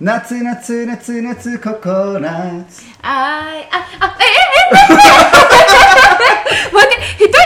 夏夏夏夏ココナッツあーいあ、あ、え、え、え、 待って、一人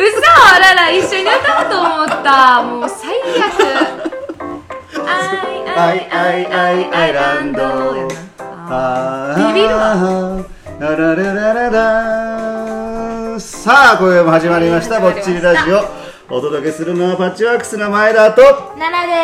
嘘あらら、一緒に歌うと思った。もう最悪。アあいイあアいイアあいイアアイイラランンドドやな。あーービビるララララララさあ今夜も始まりました「ぼっちりラジオ」お届けするのはパッチワークスの前田とよ奈良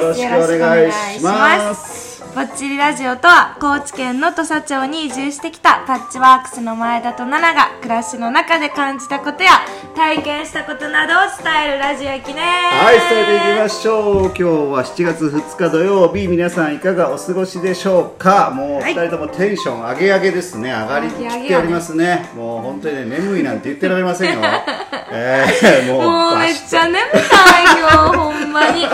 ろです。しくお願いしますパッチリラジオとは高知県の土佐町に移住してきたパッチワークスの前田と奈々が暮らしの中で感じたことや体験したことなどを伝えるラジオやきねはい伝えていきましょう今日は7月2日土曜日皆さんいかがお過ごしでしょうかもうはい2人ともテンション上げ上げですね上がりきっておりますねもう本当にね眠いなんて言ってられま せんよ、えー、もうもうめっちゃ眠たいよほんまに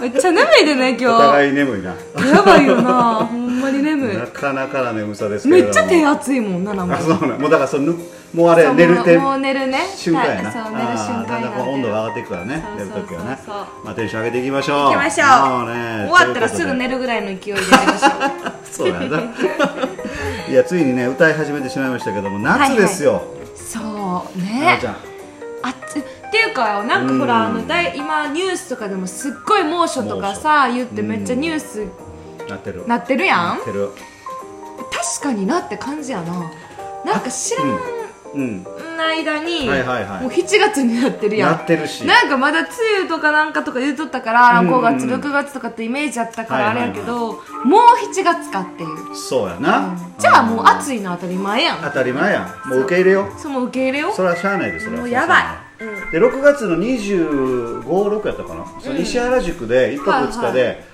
めっちゃ眠いでねお今互い眠いな日やばいよなほんまに眠ないかなかな眠さですけれめどっもちゃ手熱いもんななもあそうなんもうだからそのもうあれそう寝るてもうもう寝るね瞬間やなそう寝る瞬間あーだんだんこう温度が上がっていくからねそうそうそう寝そうる時はねまあテンション上げていきましょう行きましょうもうね終わったらすぐる寝るぐらいの勢いでやりましょうそうやな いやついにね歌い始めてしまいましたけども夏ですよ、そう奈ね々ちゃんあっつっていうかなんかほらあのだい今ニュースとかでもすっごい猛暑とかさ言ってめっちゃニュースなってるなってるやんなってる確かになって感じやななんか知らんうん間にはいはいはいもう7月になってるやんなってるしなんかまだ梅雨とかなんかとか言うとったからうんうん5月6月とかってイメージあったからあはいれはいはやいけどもう7月かっていうそうやな、じゃあもう暑いの当たり前やん当たり前やんもう受け入れようその受け入れをそれはしゃあないですそれはもうやばいで6月の256やったかな、その西原宿で1泊2日はで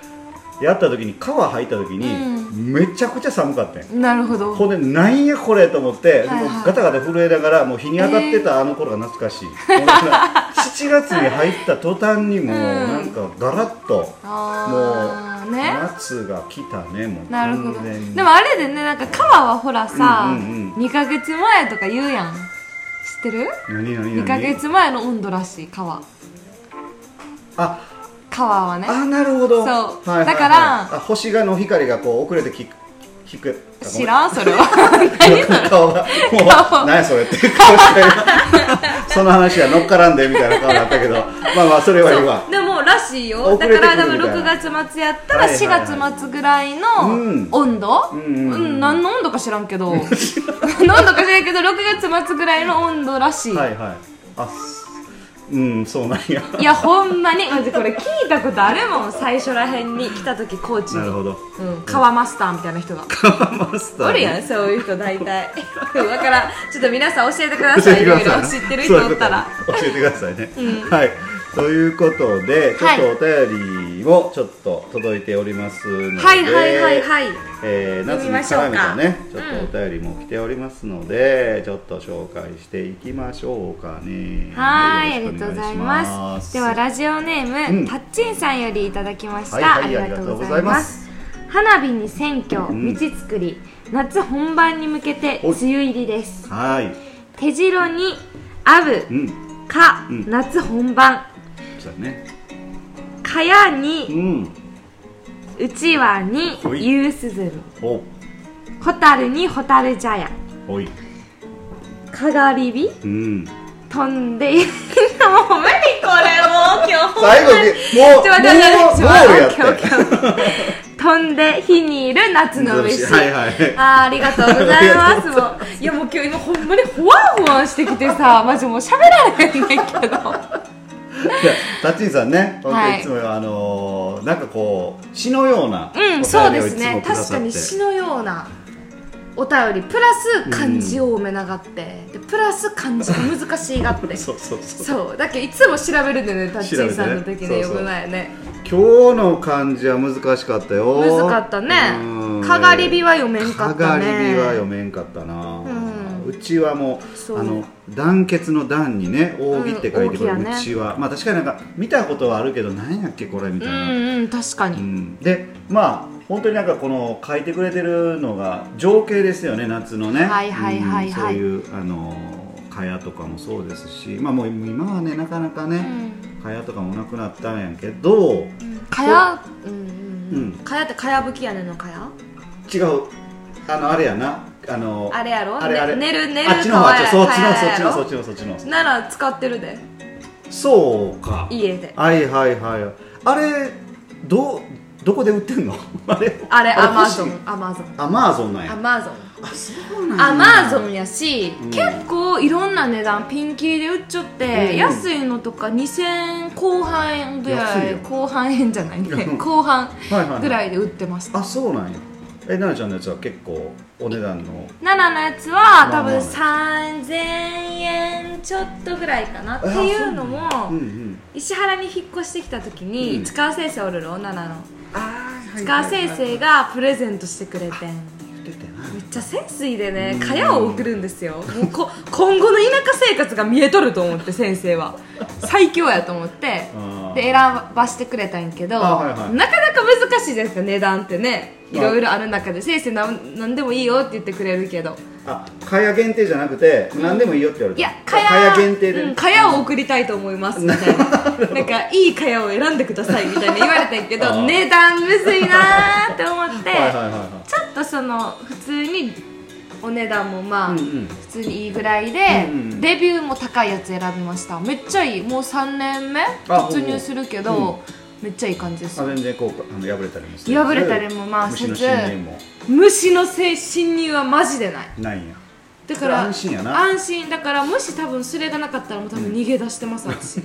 やった時に川入った時に、めちゃくちゃ寒かったんよなるほどほんでなんやこれと思って、はいもうガタガタ震えながらもう日に当たってたあの頃が懐かしい、もう7月に入った途端にもうなんかガラッと、あーもうね夏が来たねもうなるほど完全にでもあれでねなんか川はほらさ、うんうん2ヶ月前とか言うやん知ってる何何2ヶ何月前の温度らしい川あ川はねあなるほどそうだからあ星がの光がこう遅れてききくあごめ知らんそれは顔がもう顔何やそれって顔してるその話は乗っからんでみたいな顔になったけどまあまあそれはいいわでもらしいよ遅だれかてくるら多み分たいな6月末やったらはいはいはい4月末ぐらいのうん温度、うんうんうんうん何の温度か知らんけど何の温度か知らんけど6月末ぐらいの温度らしい、はいはいあすうんそうなん やい、やほんまにマジこれ聞いたことあるもん最初らへんに来た時高知なるに、ほどうん、川マスターみたいな人がマスターおるやんそういう人大体 だからちょっと皆さん教えてくださいいろいろ知ってる人おったらそういうことね教えてくださいね、はいということでちょっとお便りもちょっと届いておりますのではいはいはいはいえー、読夏みにましょうか絡めたねちょうんっとお便りも来ておりますので、ちょっと紹介していきましょうかねはいあよりろしくお願がとうございしますではラジオネーム、うんたっちんさんよりいただきました、はいはいありがとうございます花火に選挙ん道作り、夏本番に向けて梅雨入りですはい手白にあぶうんか、うん夏本番そうだねかやうにんうちわにほい夕涼みおホタルにホタル茶屋おいかがり火うん飛んでい もう無理これもう 今日最後にもうちょっと待ってもう待ってゴールやっちょっと待っててオッケーオッケーオッケー飛んで火にいる夏の虫はいはいあーありがとうございますもういやもう今日今ほんまにほわんほわんしてきてさマジもう喋られへんねんいけどやタッチンさんね、本当はいにいつも、あのーなんかこう詩のようなお便りをいうんつもそうですねくだ確さかってに詩のようなお便りプラス漢字多めながって、でプラス漢字が難しいがってそうそうそうそうだけどいつも調べるんだよねタッチンさんの時調べてにね呼ぶ前ね今日の漢字は難しかったよ難かったうんねかがり火は読めんかかっがたり火ねは読めんかったな、んうちはもそううあの団結の団にね扇って書いてこれ、うんう扇やねちはまあ確かになんか見たことはあるけど何やっけこれみたいな、うんうん確かに、うんでまあ本当になんかこの書いてくれてるのが情景ですよね夏のねはいはいはいはいうんそういうあの蚊帳とかもそうですしまあもう今はねなかなかね、蚊帳とかもなくなったんやけど、かや、うんうんうんかやってかやぶき屋根のかや違うあのあれやなあのあれやろあれあれね寝る寝るあっちの方あっちのそっちかのわいいそっちのかそわっちのそっちのそっちのなら使ってるでそうか家ではいはいはいあれどうどこで売ってんの あれあれアマゾ欲しいンアマゾンアマゾンなんアやマゾンあそうなんやアマゾンやし、うん結構いろんな値段ピンキリで売っちゃって、うん安いのとか2000後半ぐら安いいよ後半円じゃないねうん後半はいはいぐはいらいで売ってましたあそうなんやえななちゃんのやつは結構お値段の奈良のやつはま多あまあ分3000円ちょっとぐらいかなっていうのもうんうん石原に引っ越してきた時うにん市川先生おるろ奈良のああ市川先生がプレゼントしてくれてん言ってたよなめっちゃセンスいいでね蚊帳を送るんですよもうこ 今後の田舎生活が見えとると思って先 生は最強やと思ってあーで選ばしてくれたんやけど、あはいはいなかなか難しいじゃないですか値段ってねいまあろいろある中で先生なん何でもいいよって言ってくれるけどあかや限定じゃなくて何でもいいよって言われいたや蚊か帳や限定でうん蚊帳を送りたいと思いますみたい ななんかいい蚊帳を選んでくださいみたいな言われたんやけあどー値段むずいなーって思ってはいはいはいはちょっとその普通にお値段もまあ、いうんうん普通にいいぐらいで、うんうんレビューも高いやつ選びましためっちゃいいもう3年目突入するけほうど、めっちゃいい感じですあ全然こうあの破れたりもする破れたりもまあ虫のせず侵入も虫のせい侵入はマジでないないんやだから安心やな安心だからもし多分それがなかったらもう多分逃げ出してま す、私も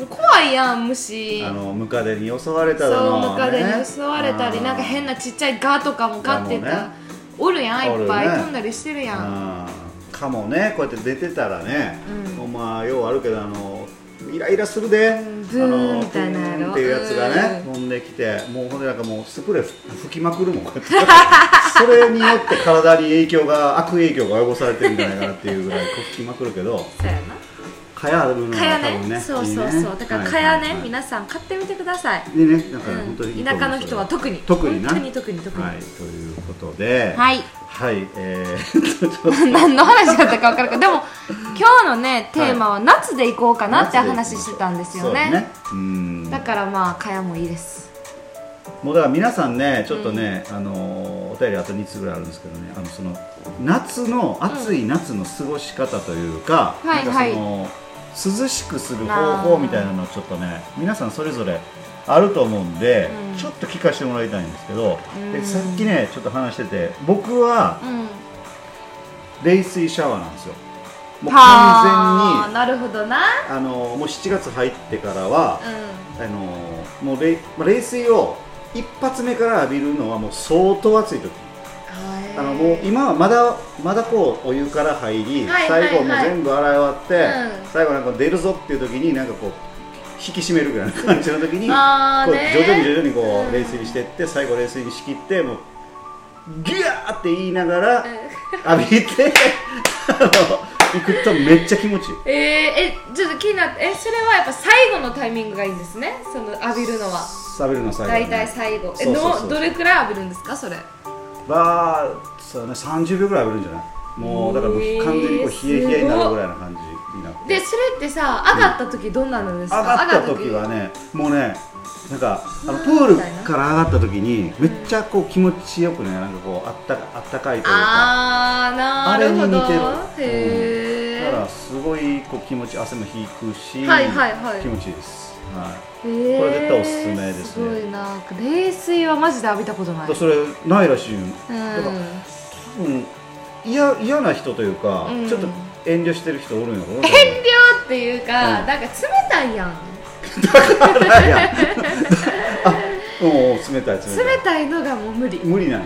う怖いやん虫あのムカデに襲われたそらうなムカデに襲われたりねなんか変なちっちゃいガとかも飼ってた、いやもうねおるやんいっぱいおるね飛んだりしてるやんあーかもねこうやって出てたらね、うまあようあるけどあのイライラするで、んブーンあのみたいなやろブーンっていうやつがね、う飛んできてもうほんでなんかもうスプレー吹きまくるもんこうやって それによって体に影響が悪影響が及ぼされてるんじゃないかなっていうぐらいこう吹きまくるけどそうやな蚊やるのがかや多分ねねそういいそうねそうだからかやね、はいはい皆さん買ってみてください、でねだから本当うにいん、いと田思う舎の人は特に特にな本当に特に特にはいということではい はいえー ちょっと何の話だったか分からんけどでも今日のねテーマは夏で行こうかなって話してたんですよねそうねうんだからまあかやもいいですもうだから皆さんねちょっとね、あのーお便りあと2つぐらいあるんですけどねあのその夏の暑い夏の過ごし方というか、うんはいなんはかいその涼しくする方法みたいなのをちょっとね皆さんそれぞれあると思うんで、うんちょっと聞かせてもらいたいんですけど、うでんさっきねちょっと話してて僕はうん冷水シャワーなんですよもう完は全ーになるほどなあのーもう7月入ってからはう、んあのーもう冷,、まあ、冷水を一発目から浴びるのはもう相当暑い時あのもう今はまだまだこうお湯から入り、はいはいはい最後もう全部洗い終わって、うん最後なんか出るぞっていう時になんかこう引き締めるぐらいの感じの時にあこーうね徐々に徐々にこう、うん冷水にしてって最後冷水に仕切ってもうギューって言いながら浴びて あの行くとめっちゃ気持ちいい。えー、えちょっと気になってえそれはやっぱ最後のタイミングがいいんですねその浴びるのは浴びるの最後大体最後えそうそうそうのどれくらい浴びるんですかそれまあそうね30秒ぐらい浴びるんじゃないもうだからもうえー完全にこう冷え冷えになすごるっぐらいな感じになってでそれってさ上がった時どんなのですか、上がった時はねもうねなんかあのプールから上がった時にめっちゃこう気持ちよくねなんかこうあったかあったかいというかあーなるほどあれに似てるだへかーらすごいこう気持ち汗も引くし、はいはいはい気持ちいいです、はい、へーこれ絶対おすすめですねすごいな冷水はマジで浴びたことないだからそれないらしいよだからう多分嫌嫌な人というか、うんちょっと遠慮してる人おる んやろ遠ん量っていうか、うんなんか冷たいやんいやあもう冷たい冷たい冷たいのがもう無理うん無理なの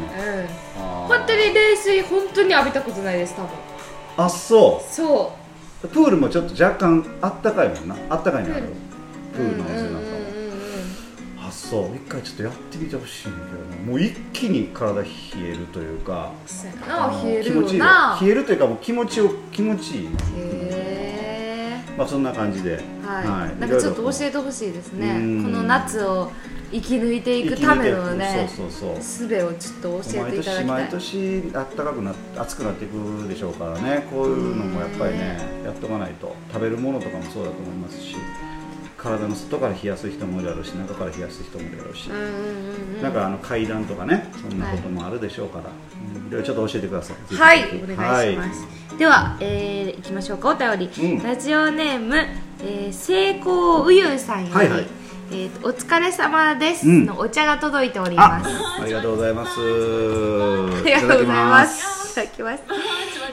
本当に冷水本当に浴びたことないです多分 あそそうプールもちょっと若干あったかいもんなあったかいのあるうプールの温泉なんかうもんうんうんうんあそう一回ちょっとやってみてほしいんだけどなもう一気に体冷えるというかそうやあなの冷える気よ持ちいいよな冷えるというかもう気持ちよ気持ちいいへまあそんな感じでーはい、なんかちょっと教ええてほしいですねうんこの夏を生き抜いていくためのねそうそうそう術をちょっと教え毎ていた年だきたい毎年あったかくなっ暑くなっていくでしょうからねこういうのもやっぱりねやっとかないと食べるものとかもそうだと思いますし体の外から冷やす人もいるやろうし中から冷やす人もいるやろうし、うんうんうんなんかあの階段とかねそんなこともあるでしょうから、うん、ではちょっと教えてくださいはいぜひぜおひ願いします、では、えー、いきましょうかお便り、うんラジオネーム、えー、成功うゆうさんより、はいはいえーとお疲れ様です」うんのお茶が届いておりあます、ありがとうございますありがとうございますいただきます、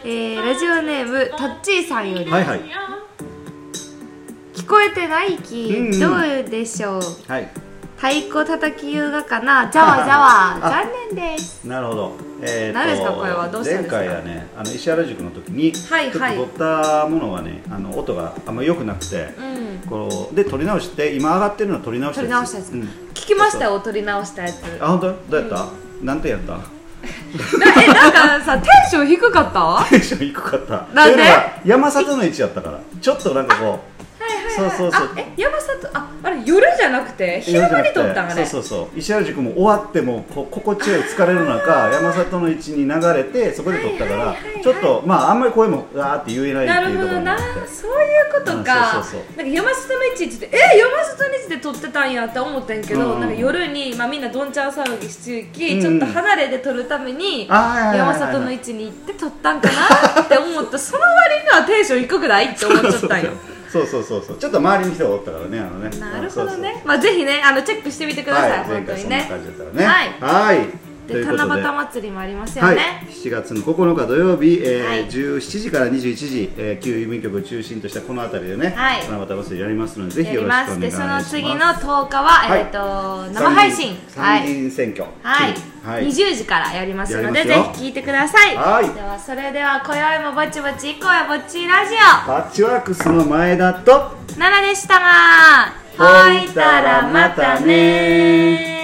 えー、ラジオネームタッチーさんより、はいはい聞こえてないき、うんどうでしょうはい太鼓叩き優雅かなざわざわあ残念ですなるほど。えーと何ですかこれはどうしたんですか前回はね、あの石原塾の時に、はいはいちょっと取ったものがね、あの音があんま良くなくて、うんこうで取り直して今上がってるのを取り直した取り直したやつ、うん聞きましたよ取り直したやつあ本当？どうやった？なんてやった？ なえなんかさテンション低かったはテンション低かった。なんでというのが山里の位置やったから、ちょっとなんかこう。いはいそうそうそうあえ山里ああれ夜じゃなくて昼間に撮ったんあそれうそうそう石原塾も終わってもこ心地よい疲れる中山里の位置に流れてそこで撮ったから、はいはいはいはいちょっとまああんまり声もわーって言えないなっているうとほころどもあなってそういうことかうんそうそうそうなんか山里の位置ってえ山里の位置で撮ってたんやって思ったんやけど、うんなんか夜に、まあ、みんなどんちゃん騒ぎしてるき、うんちょっと離れで撮るためにあはいはいはいは山い里の位置に行って撮ったんかなって思ったその割にはテンション低くないって思っちゃったんよそうそうそうそうちょっと周りに人がおったからねあのねなるほそうどそうねまあぜひねあのチェックしてみてください、はい前本当回にそんなね感じだったからねはいはいといでうことで七夕祭りもありますよはいね、、 7月の9日土曜日、えーはい17時から21時、えー旧郵便局を中心としたこの辺りでね、はい七夕祭りやりますので、ぜやひよりろしまくお願すいでしそまのす。次の10日は、はいえっ、と生配信は参議い、院選挙、はいはい、 20時からやりますのでやりぜますよひ聞いてくださいはいではそれでは今宵もぼちぼち行こうよぼっちラジオパッチワークスの前田と、奈良でしたがほいたらまたね